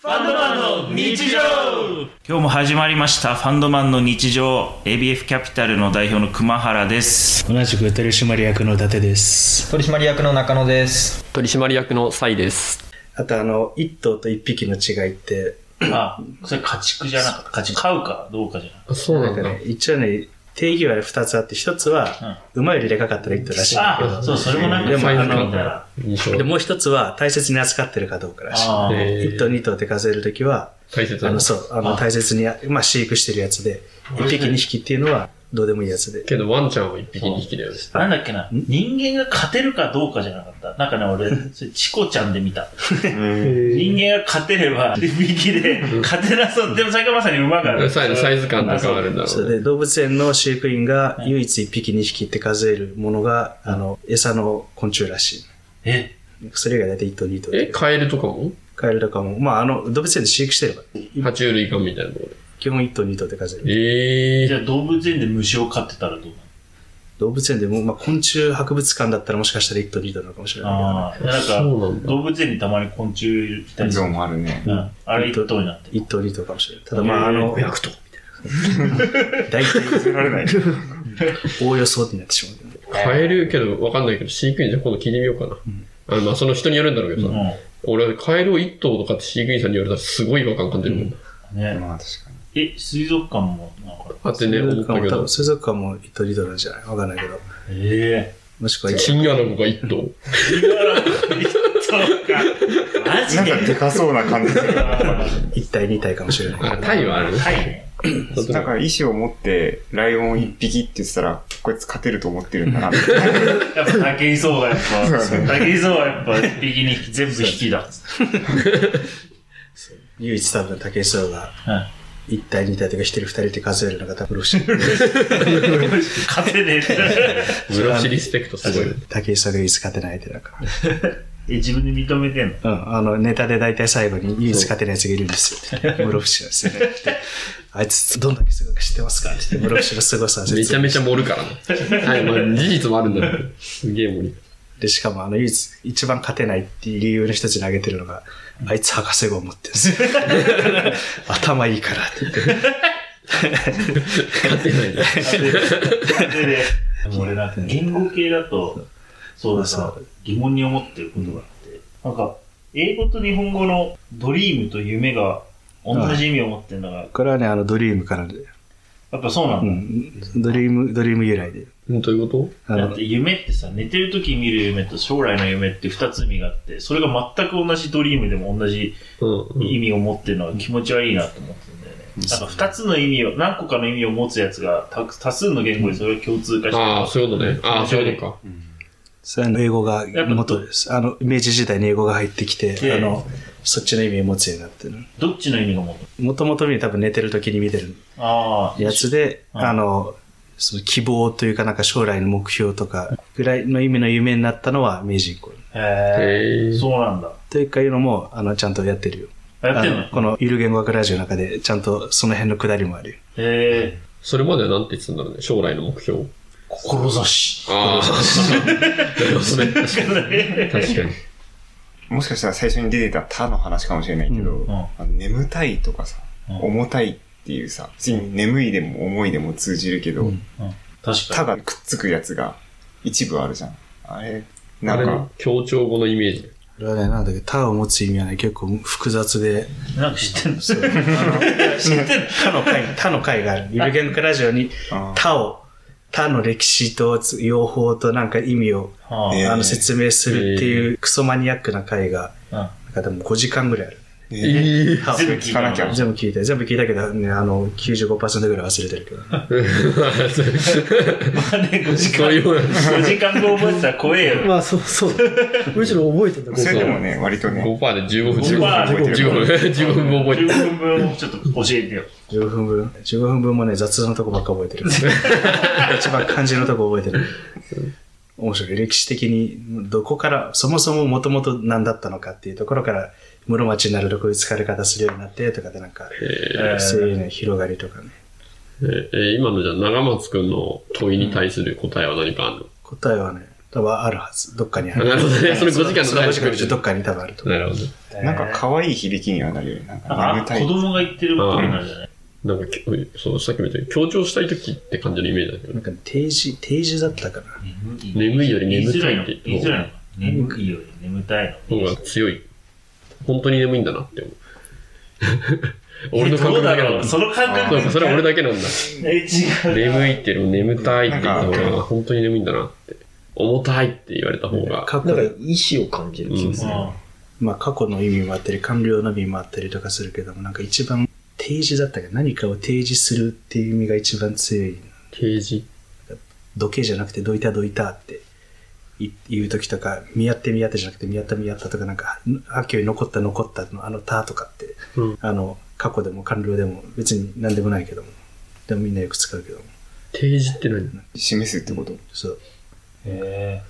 ファンドマンの日常今日も始まりましたファンドマンの日常 ABF キャピタルの代表の熊原です同じく取締役の伊達です取締役の中野です取締役のサイです。あとあの一頭と一匹の違いってあ、それ家畜じゃなかった。家畜。飼うかどうかじゃなそうなんかね一応ね定義は2つあって1つは、馬よりでかかったら一頭らしいんだけい。あ、そう、それもなんかでもそういうのあのみたいな印象どでもう1つは大切に扱ってるかどうからしいあーえー1頭2頭って数えるときは大切あなのそうああの大切にまあ飼育してるやつで1匹2匹っていうのはどうでもいいやつでけど、ワンちゃんは一匹二匹だよね。なんだっけな。人間が勝てるかどうかじゃなかった。なんかね、俺、それチコちゃんで見た。人間が勝てれば、で右で、勝てなそう。でもそれがまさに馬がある。サイのサイズ感とかはあるんだそろうれね。で動物園の飼育員がはい唯一1匹2匹って数えるものが、あの餌の昆虫らしえ、いそれ以外大体1頭2頭でえ、カエルとかもカエルとかもまああの動物園で飼育してれば爬虫類館みたいなの基本1頭2頭って数えるえじゃー。あ動物園で虫を飼ってたらどう動物園でも、まあ、昆虫博物館だったらもしかしたら1頭2頭なのかもしれなないけどのああ、なんそうか、なんだ。動物園にたまに昆虫いたりする。もあるね。うん。あれ一頭になってる。一頭二頭かもしれない。ただまあ、あの、 500頭。大体、られない。おおよそってなってしまうけど。カエルけど、わかんないけど、飼育員じゃん今度聞いてみようかな。あの、まあ、その人によるんだろうけどうさ。俺、カエルを一頭とかって飼育員さんに言われたらすごい違和感感じるもんな。ん。ね。まあ確かに。え、水族館もなんか。あってね、水思族館もったけ多ど分、。水族館も一頭二頭なんじゃないわかんないけど。ええもしくは、チンアナゴが一頭。そうか。マジ なんでかでかそうな感じする。一体二体かもしれない。あ、タイはあ るね。はいね。そう そうなんか意志を持って、ライオン一匹って言ってたら、こいつ勝てると思ってるんだな、 みたいな。やっぱ竹井壮がやっぱ、そうね竹井壮はやっぱ一匹に全部引きだ。唯一多分、竹井壮がは、一体二体とか一人二人って数えるのが多分、ロシア。勝てねえ。室伏リスペクトすごいね。竹井壮が唯一勝てない相手だかえ、自分で認めてんのら。うん。あの、ネタで大体最後に唯一勝てない奴がいるんですよ。室伏なんですよね。あいつ、どんだけすごいか知ってますかって言って、室伏の凄さを説明めしてちゃめちゃ盛るから ね。はい、まあ事実もあるんだけど。すげえ盛り。で、しかもあの、唯一、一番勝てないっていう理由の一つに挙げてるのが、あいつ博士号持ってるん ですよ。頭いいからって言って。勝てない ね。で、で、俺なんか言語系だと、そうださ、疑問に思ってることがあって、なんか、英語と日本語のドリームと夢が同じ意味を持ってるのが、これはね、あの、ドリームからで、やっぱそうなうんだ。ん、ドリーム、ドリーム由来で。うんどういうこあだっの、て夢ってさ、寝てる時見る夢と将来の夢って二つ意味があって、それが全く同じドリームでも同じとうんうん。意味を持ってるのは気持ち悪いなと思ってるんだよね。なんか二つの意味を、何個かの意味を持つやつが多多数の言語でそれを共通化してるああ、そういうことね。ああ、そういうことか。それはあの英語がやっぱ元です。あの、明治時代に英語が入ってきて、えあの、そっちの意味を持つようになってる。どっちの意味が持ってるもともと多分寝てる時に見てるああ。やつで、ああの、その希望というかなんか将来の目標とかぐらいの意味の夢になったのは明治以降。へへえ。え。そうなんだ。というかいうのも、あの、ちゃんとやってるよ。やってんのあのこのゆる言語学ラジオの中で、ちゃんとその辺のくだりもあるよ。へえ。それまではなんて言ってたんだろうね。将来の目 標。志。ああ。なるほどね。確かに。確かに。もしかしたら最初に出てた他の話かもしれないけど、んあの眠たいとかさ、うん重たいっていうさ、別に眠いでも重いでも通じるけど、うん確かただくっつくやつが一部あるじゃん。あれ、あなんれかの、協調語のイメージ。これはね、なんだっけど、他を持つ意味はね、結構複雑 で、に。なんか知ってんのそうあの知ってる他の会、他の会がある。ゆる言語学ラジオに、あ他を、他の歴史と用法となんか意味を、はあええあの、説明するっていうクソマニアックな会が、なんかでも5時間ぐらいある。ええーえ。 他を全部聞いたの聞かなき全部聞いて、全部聞いたけどね、あの、95%ぐらい忘れてるけど。まあ ね、5時間。そういうもん5時間後覚えてたら怖えよ。 まあそうそう。むしろ覚えてんだそれでもね、割とね、 5%で15分。 5% 15分。15分 も覚えてる。 15分分をちょっと教えてよ。 15分分、15分分もね、雑なとこばっか覚え てる。一番漢字のとこ覚えてる。面白い。歴史的に、どこから、そもそももともと何だったのかっていうところから、室町になるとこういう疲れ方するようになって、とかでなんか、えーそういうね、広がりとかね。えーえー今のじゃあ、長松くんの問いに対する答えは何かあるの答えはね、多分あるはず。どっかにあある。なるほど ね。その5時間のその大5事時く間るのうちどっかに多分あると思う。なるほなんか可愛い響きにはなるよね。なんかなん眠かた子い。供が言ってることになるじゃないど。なんかき、そう、さっきみたいに強調したい時って感じのイメージだけどな。んか定時、定時だったかな。眠いより言い眠づたらいいの。って言いづらいの。眠いより眠たい方が強い。本当に眠いんだなって思う。 俺の感どう覚だだけなんろだ。うその感そう覚か、それは俺だけなんだ。え、違う。眠いっていうのも眠たいって言った方が本当に眠いんだなって。重たいって言われた方が。過な去んか、意志を感じる気がする。あまあ過去の意味もあったり、官僚の意味もあったりとかするけども、なんか一番定時だったけど、何かを定時するっていう意味が一番強い。刑事。どけじゃなくて、どいたどいたってい言う時とか、見合って見合ってじゃなくて、見合った見合ったとか、なんか、はっきり残った残ったのあのたとかって、うんあの、過去でも官僚でも別に何でもないけども、でもみんなよく使うけども、定時って何示すってこと。そう。へ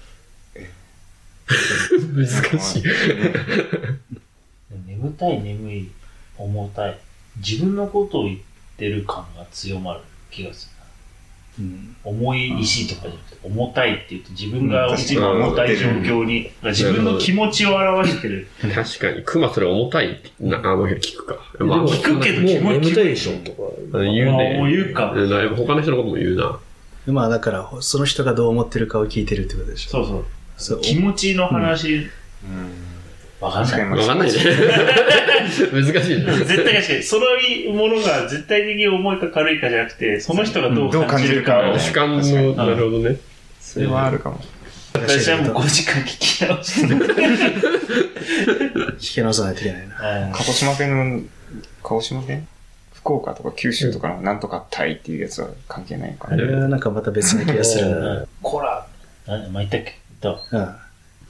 難しい。え眠たい、眠い、重たい。自分のことを言ってる感が強まる気がするな。うん、重い石とかじゃなくて、重たいって言うと自分が一番うん重たい状況に、自分の気持ちを表してる。確かに、熊それ重たいって、なあの、聞くか。まあ、でも聞くけど、もう眠たいでしょとか。言うね。あもう言うかんだいぶ他の人のことも言うな。でまあだから、ほその人がどう思ってるかを聞いてるってことでしょ。そうそう。そう気持ちの話、わかん確ない。 わかんないね。難しいね。絶対確かに、そのものが絶対的に重いか軽いかじゃなくて、その人がどうどう感感じじるるかかを。主観の、なるほどね。それはあるかも。私はもう5時間聞き直してる。引き直さないといけないな。鹿児島県の、鹿児島県福岡とか九州とかのなんとかタイっていうやつは関係ないのかあな。れはなんかまた別な気がするうな。んこら、なん前言ったっけ言った。うん、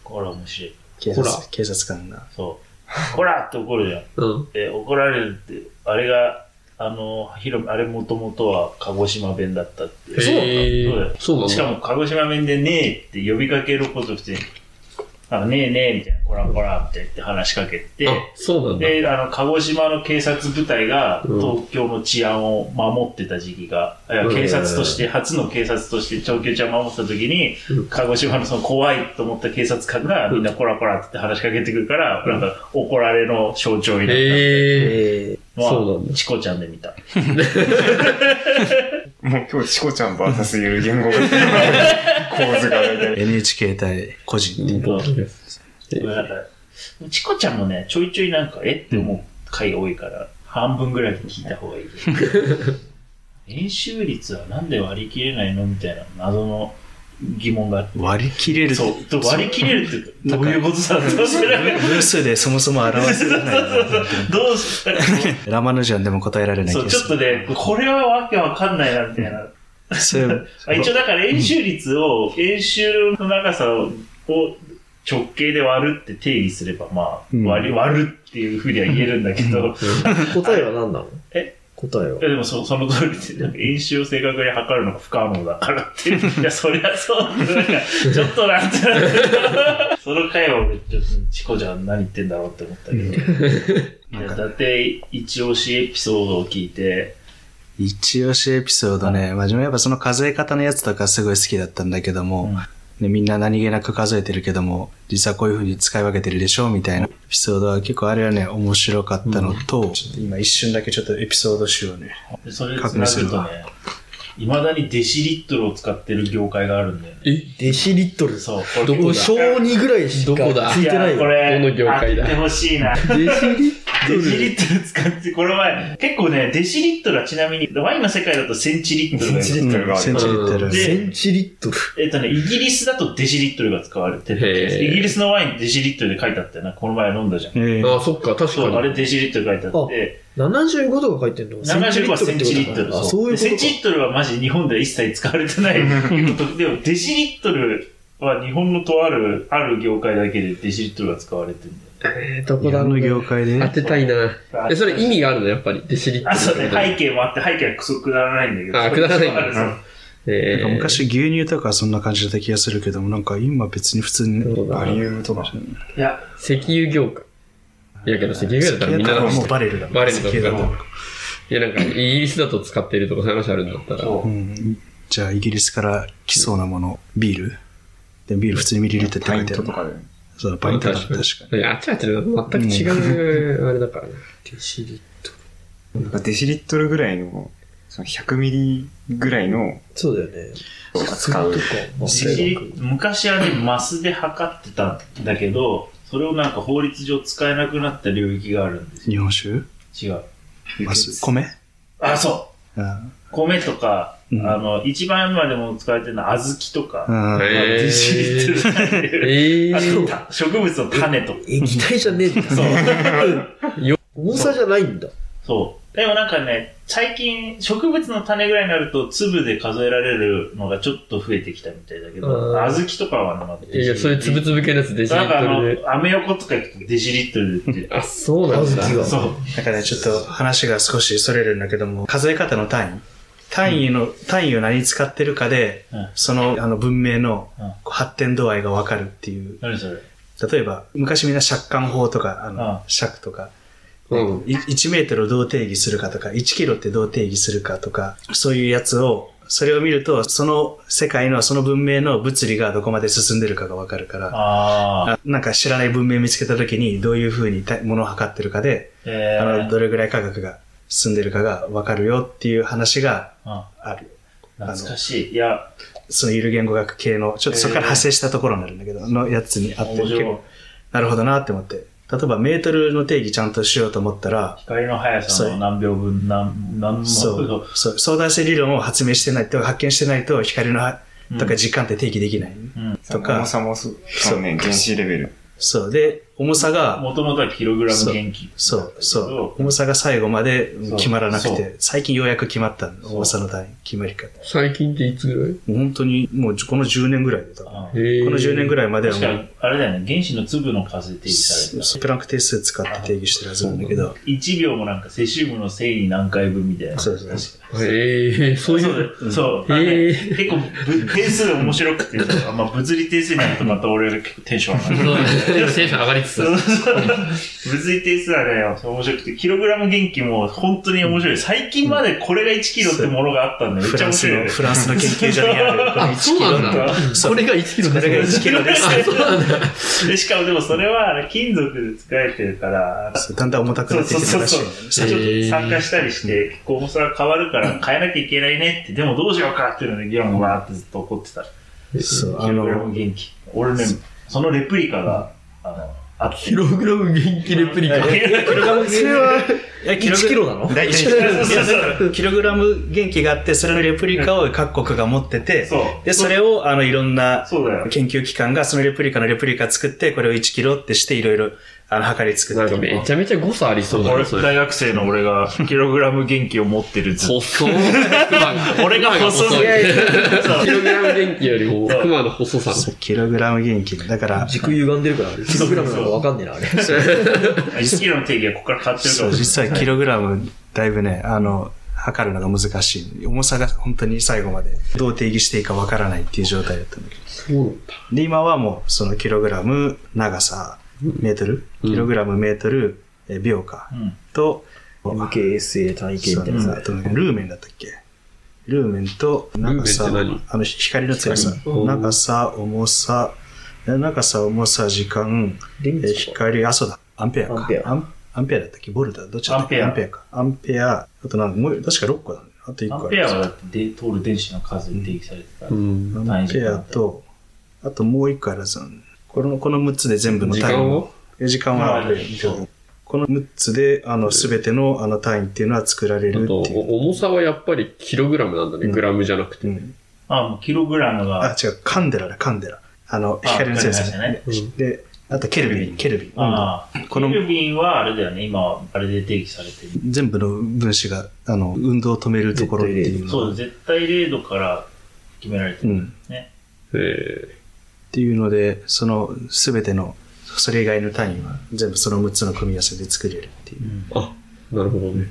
こら面白い。警察ほら警察官が。そう。こらって怒るじゃん。うん。で、怒られるって、あれが、あの、ひろ、あれもともとは鹿児島弁だったって。へそうだーそうなんしかだ。も鹿児島弁でねえって呼びかけること普通に、あねえねえみたいな、こらこらみたいなって話しかけて、あ、そうなんだ。で、あの、鹿児島の警察部隊が、うん東京の治安を守ってた時期が、いやうん警察として、初の警察として、長久ちゃんを守ってた時にうん、鹿児島のその怖いと思った警察官が、みんなコラコラって話しかけてくるから、なんか、怒られの象徴になっへえ。えたのそうなはん、だチコちゃんで見た。もう今日、チコちゃん VS ゆる言 語が構図が大体。 NHK 対個人っていう。なんかチコちゃんもね、ちょいちょいなんか、えって思う回が多いから、半分ぐらいで聞いた方がいい。練習率はなんで割り切れないのみたいな謎の疑問があって割り切れるそう。割り切れるって、どういうことだどうし分数でそもそも表せない な。どうしラマヌジャンでも答えられないそう、ちょっとね、これはわけわかんないな、みたいな。とそういうあ一応だから演習率を、演習の長さをを直径で割るって定義すれば、まうんあ、割り、割るっていうふうには言えるんだけど、ー答えは何なのえ答えは。いやでもそその通りで、なんか演習を正確に測るのが不可能だからっていう。いや、そりゃそう。なんか、ちょっとなんてなって。その回は俺、ちょっと、チコちゃん何言ってんだろうって思ったけど。いや、だって、一押しエピソードを聞いて、一押しエピソードね。まあ、自分やっぱその数え方のやつとかすごい好きだったんだけども、うんね、みんな何気なく数えてるけども、実はこういう風に使い分けてるでしょみたいなエピソードは結構あれはね、面白かったのと、ちょっと今一瞬だけちょっとエピソード集をね、でそれつなぐとね、いまだにデシリットルを使ってる業界があるんだよね。えデシリットル。そう、どこだ小2ぐらいしかどこだついてないや、こよ。れ、どの業界だ当ててほしいな。デシリデシリットル使って、この前、結構ね、デシリットルはちなみに、ワインの世界だとセンチリットルがセンチリットルがあるセンチリットル。でセンチリットル。えっとね、イギリスだとデシリットルが使われてへて、ーイギリスのワインデシリットルで書いてあったよな、この前飲んだじゃん。ええあ、そっか、確そう、あかれに。デシリットル書いてあって、 75とか書いてんの75はセンチリットル。あ、そういうことか。センチリットルはマジ日本では一切使われてないでもデシリットルは日本のとある、ある業界だけでデシリットルが使われてるんえーど日本の業界で当てたいな。だよ。え、それ意味があるの、やっぱり。デシリットルあ、ってそこうとね、背景もあって、背景はクソくだらないんだけど。あくだらないんだそうそうえなんーか昔牛乳とかそんな感じだった気がするけども、なんか今別に普通に。そうだバリウムとか。いや、石油業界。いやけど、石油業界だったらみんなだもうバレルだもんバレルだ石油だもんいや、なんか、イギリスだと使ってるとか、そういう話あるんだったら。そううん。じゃあイギリスから来そうなもの、ビールでビール普通にミリリットルって書パイいンてあトるとの。かで。そう、パイントだ確確かかにに。あっちあっちで全く違う、あれだからね。デシリなんかデシリットルぐらいの、その100ミリぐらいのそうだよね。を扱うと。か、まあデシリ昔はね、マスで測ってたんだけど、それをなんか法律上使えなくなった領域があるんです日本酒よ。違う。マス米あ、そううん。米とか、うんあの、一番今でも使われてるのは小豆とか、うんえーデシリットルっていうええあとー。た植物の種とか。液体じゃねえんだ。そう。重さじゃないんだ。そう。でもなんかね、最近植物の種ぐらいになると粒で数えられるのがちょっと増えてきたみたいだけど、うん小豆とかはなんかいやいや、そういうつぶつぶ系のやつデシリなんかッあトルの、アメ横とか行くとデシリットルって。で。あ、そうなん小だ。 豆が。そう。なんかね、ちょっと話が少しそれるんだけども、数え方の単位。単位の、単位を何使ってるかで、うんその、あの、文明のうんこう発展度合いがわかるっていう。何それ例えば、昔みんな借款法とか、あうんの、借とか、うん。い1メートルをどう定義するかとか、1キロってどう定義するかとか、そういうやつを、それを見ると、その世界の、その文明の物理がどこまで進んでるかがわかるから、ああ。あなんか知らない文明見つけた時に、どういう風にたものを測ってるかで、えあーの、どれぐらい科学が進んでるかがわかるよっていう話がうんある。懐かしい。いや、そのゆる言語学系の、ちょっとそこから派生したところになるんだけど、のやつにあって面結白い構。なるほどなって思って。例えばメートルの定義ちゃんとしようと思ったら、光の速さの何秒分何、何万そう。そう。相談性理論を発明してないと、発見してないと、光のは、うんとか時間って定義できない。そとのか重さもそう、そうね、原子レベル。そう。で、重さが、もともとはキログラム元気。そう、そう。う。重さが最後までそう決まらなくそうて、最近ようやく決まったのそう重さの単位、決まり方。最近っていつぐもう本当に、もうこの10年ぐらいで多分あらいこの10年ぐらい。らいまでは確もかう、に、あれだよね、原子の粒の数で定義されてた。プランク定数使って定義してるはずなんだけど、 1秒もなんかセシウムの繊維何回分みたいな。そうそうそええー、そういう。そう。そううんあのねへ結構ぶ、定数面白くて、あんま物理定数になるとまた俺が結構テンション上がる。でもテンション上がりつつある。物理定数はね、面白くて、キログラム元気も本当に面白い。最近までこれが1キロってものがあったんう。で、めっフちゃラ面ンス白いよの、ね。フランスの研究所にある、このあ、 1そうキロなんのだ。これが1キロこれが1キロです。そうなんだ。で、しかもでもそれはあれ金属で使えてるから、そうだんだん重たくそなうってそうきてそるうらしいそよね。う。ちょっと参加したりして、結構重さが変わるから変えなきゃいけないねって、でもどうしようかっていうので議論がわーってずっと起こってた。そう、キあログラのム、元気。俺ね、そのレプリカが、あの、あって。キログラム元気レプリカ。キログラム、それは、 1キロなの大体そうそうそうキログラム元気があって、それのレプリカを各国が持ってて、そうで、それを、あの、いろんなそうだよ。研究機関が、そのレプリカのレプリカ作って、これを1キロってして、いろいろ、あの、測り作なんっかて。めちゃめちゃ誤差ありそうだ俺ね、それ。大学生の俺が、キログラム元気を持ってるずっと細い。俺が細い熊いやいキログラム元気よりも、熊の細さの。キログラム元気。だから、軸歪んでるから、1キログラムなんかわかんねえな、あれ。 1キロの定義はここから変わってるかそう、もしれ実はキログラム、だいぶね、あの、測るのが難しい。重さが本当に最後まで、どう定義していいかわからないっていう状態だったんだけど。そうなんだ。で、今はもう、そのキログラム、長さ、メートル、うんキログラム、メートル、え秒か、ない。うん。と、 MKSA 単位系みたいなそうさあ。とねルーメンだったっけルーメンと長さ、ルーメンってあの、光の強さ、うん長さ、重さ、え長さ、重さ、時間、電え気とか。光、あ、そうだ、アンペアか。アンペアアンアンペアだったっけボルトどっちだったっけアンペアか。アンペア。あとなんかもう、確か6個だね。あと1個アあるンペアはだってで通る電子の数に定義されてた。うん。アンペアと、あともう1個あるぞ。この、この6つで全部の時単位間の。をえ時間はあるそうこの6つで、あの、すべての、あの、単位っていうのは作られあると、っていう。お重さはやっぱりキログラムなんだね。うんグラムじゃなくて。うんあ、もうキログラムあが、、違う、カンデラだ、カンデラ。あの、あ光の強さカンデラねね。で、あと、ケルビン、ケルビン。ああ、ここののビルビンはあれだよね、今、あれで定義されてる。全部の分子が、あの、運動を止めるところっていうのそはう、絶対0度から決められてうる。ん。えーっていうので、その、すべての、それ以外の単位は、全部その6つの組み合わせで作れるっていう。っうんあ、なるほどね。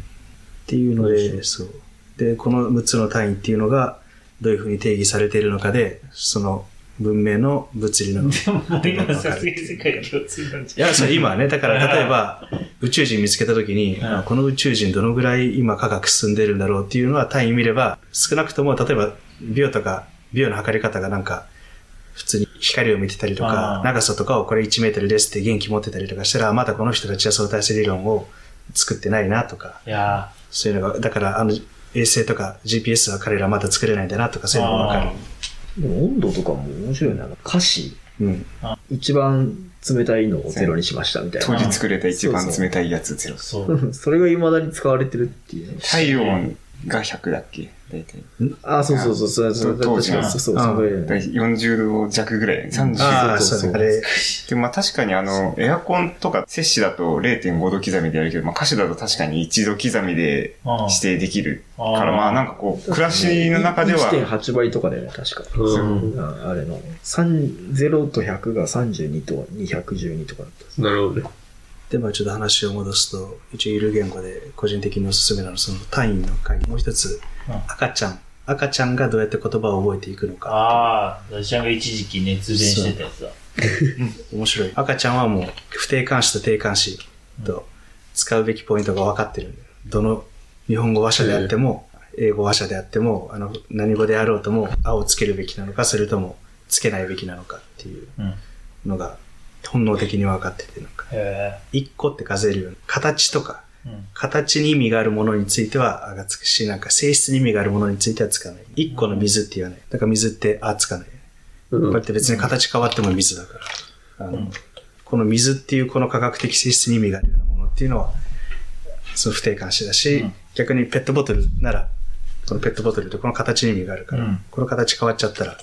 ていうので、そう。で、この6つの単位っていうのが、どういうふうに定義されているのかで、その、文明の物理の。いでも、もう今さすがに世界共通なんじゃや、そう、今はね、だから、例えば、宇宙人見つけたときに、うんこの宇宙人どのぐらい今科学進んでるんだろうっていうのは単位見れば、少なくとも、例えば、秒とか、秒の測り方がなんか、普通に光を見てたりとあかー、長さとかをこれ1メートルですって元気持ってたりとかしたら、まだこの人たちは相対性理論を作ってないなとか、いやそういうのが、だからあの、衛星とか GPS は彼らまだ作れないんだなとか、そういうのがわかでも温度とかも面白いな。歌詞、る。うん。一番冷たいのをゼロにしましたみたい当な。時作れた一番冷たいやつゼロー。そうう。ん それが未だに使われてるっていうね。体温が100だっけ大体。あ、そうそうそう、そうそう、確か当に時のそうそう、うんそれ大体40度弱ぐらいだよね。30度。ああ、そうそそううだね。あれ、でもまあ確かにあの、エアコンとか摂氏だと0.5度刻みでやるけど、まあ歌手だと確かに1度刻みであ指定できるあから、まあなんか。かこう、暮らしの中では、 1.8倍とかだよね、確か。うんああれの。3 0と100が32と212とかだった。なるほどね。で、まあちょっと話を戻すと、一応ゆる言語で個人的におすすめなのは、その単位の会、もう一つうん、赤ちゃん。赤ちゃんがどうやって言葉を覚えていくのか。ああ、私が一時期熱弁してたやつだ。面白い。赤ちゃんはもう、不定冠詞と定冠詞と使うべきポイントが分かってるんだよ。どの日本語話者であっても、英語話者であっても、あの、何語であろうとも、あをつけるべきなのか、それともつけないべきなのかっていううん。のが、本能的に分かってて、なんか、へ一個って数えるような形とか、え。うん。形に意味があるものについては、あがつくし、なんか性質に意味があるものについてはつかない。一個の水って言わない。だから水って、あ、つかない。うこんれって別に形変わっても水だから。あのこの水っていうこの科学的性質に意味があるようなものっていうのは、その不定関視だし、うん逆にペットボトルなら、このペットボトルってこの形に意味があるから、うんこの形変わっちゃったら、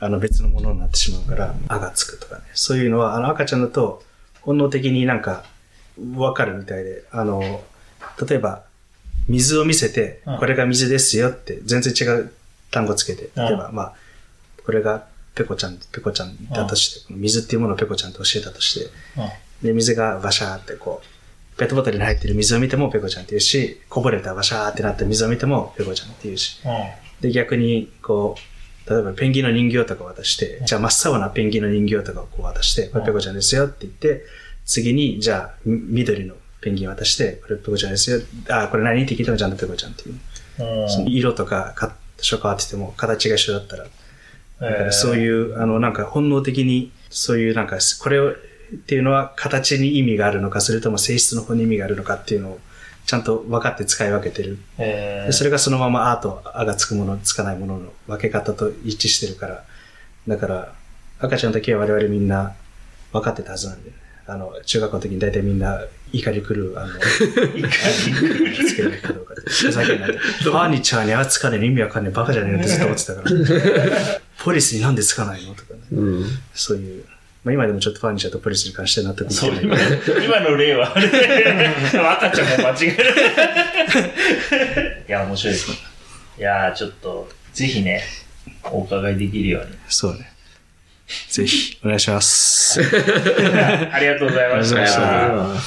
あの別のものになってしまうから、あがつくとかね。そういうのは、あの赤ちゃんだと、本能的になんか、わかるみたいで、あの、例えば、水を見せてうん、これが水ですよって、全然違う単語つけて、例えば、まあ、これがペコちゃん、ペコちゃんだとして、この水っていうものをペコちゃんと教えたとして、で、水がバシャーってこう、ペットボトルに入ってる水を見てもペコちゃんって言うし、こぼれたバシャーってなった水を見てもペコちゃんって言うし、うん。うん。で、逆に、こう、例えばペンギンの人形とか渡して、じゃあ真っ青なペンギンの人形とかをこう渡して、これペコちゃんですよって言って、次に、じゃあ、み緑のペンギン渡して、これペコちゃんですよ、あ、これ何って聞いてもちゃんとペコちゃんっていう。その色とか、か多少変わってても、形が一緒だったら、だからそうういう、あの、なんか本能的に、そういうなんか、これを、っていうのは形に意味があるのか、それとも性質の方に意味があるのかっていうのを、ちゃんと分かって使い分けてる。へえ。でそれがそのままアーとアがつくもの、つかないものの分け方と一致してるから、だから、赤ちゃんの時は我々みんな分かってたはずなんで、あの、中学校の時に大体みんな怒り狂う、あの、つけるべきかどうかって。ふざけんないで。ファーニチャーにあがつかねえ、意味わかんねえ、バカじゃねえのってずっと思ってたから。ポリスになんでつかないのとかね。うん。そういう。まあ今でもちょっとファーニチャーとポリスに関しては納得いっそてうないけど今。今の例はあれ でも赤ちゃんも間違える いや面白いですねいやーちょっとぜひねお伺いできるようにそうね。ぜひ、お願いします。ありがとうございましありがとうございましたたあ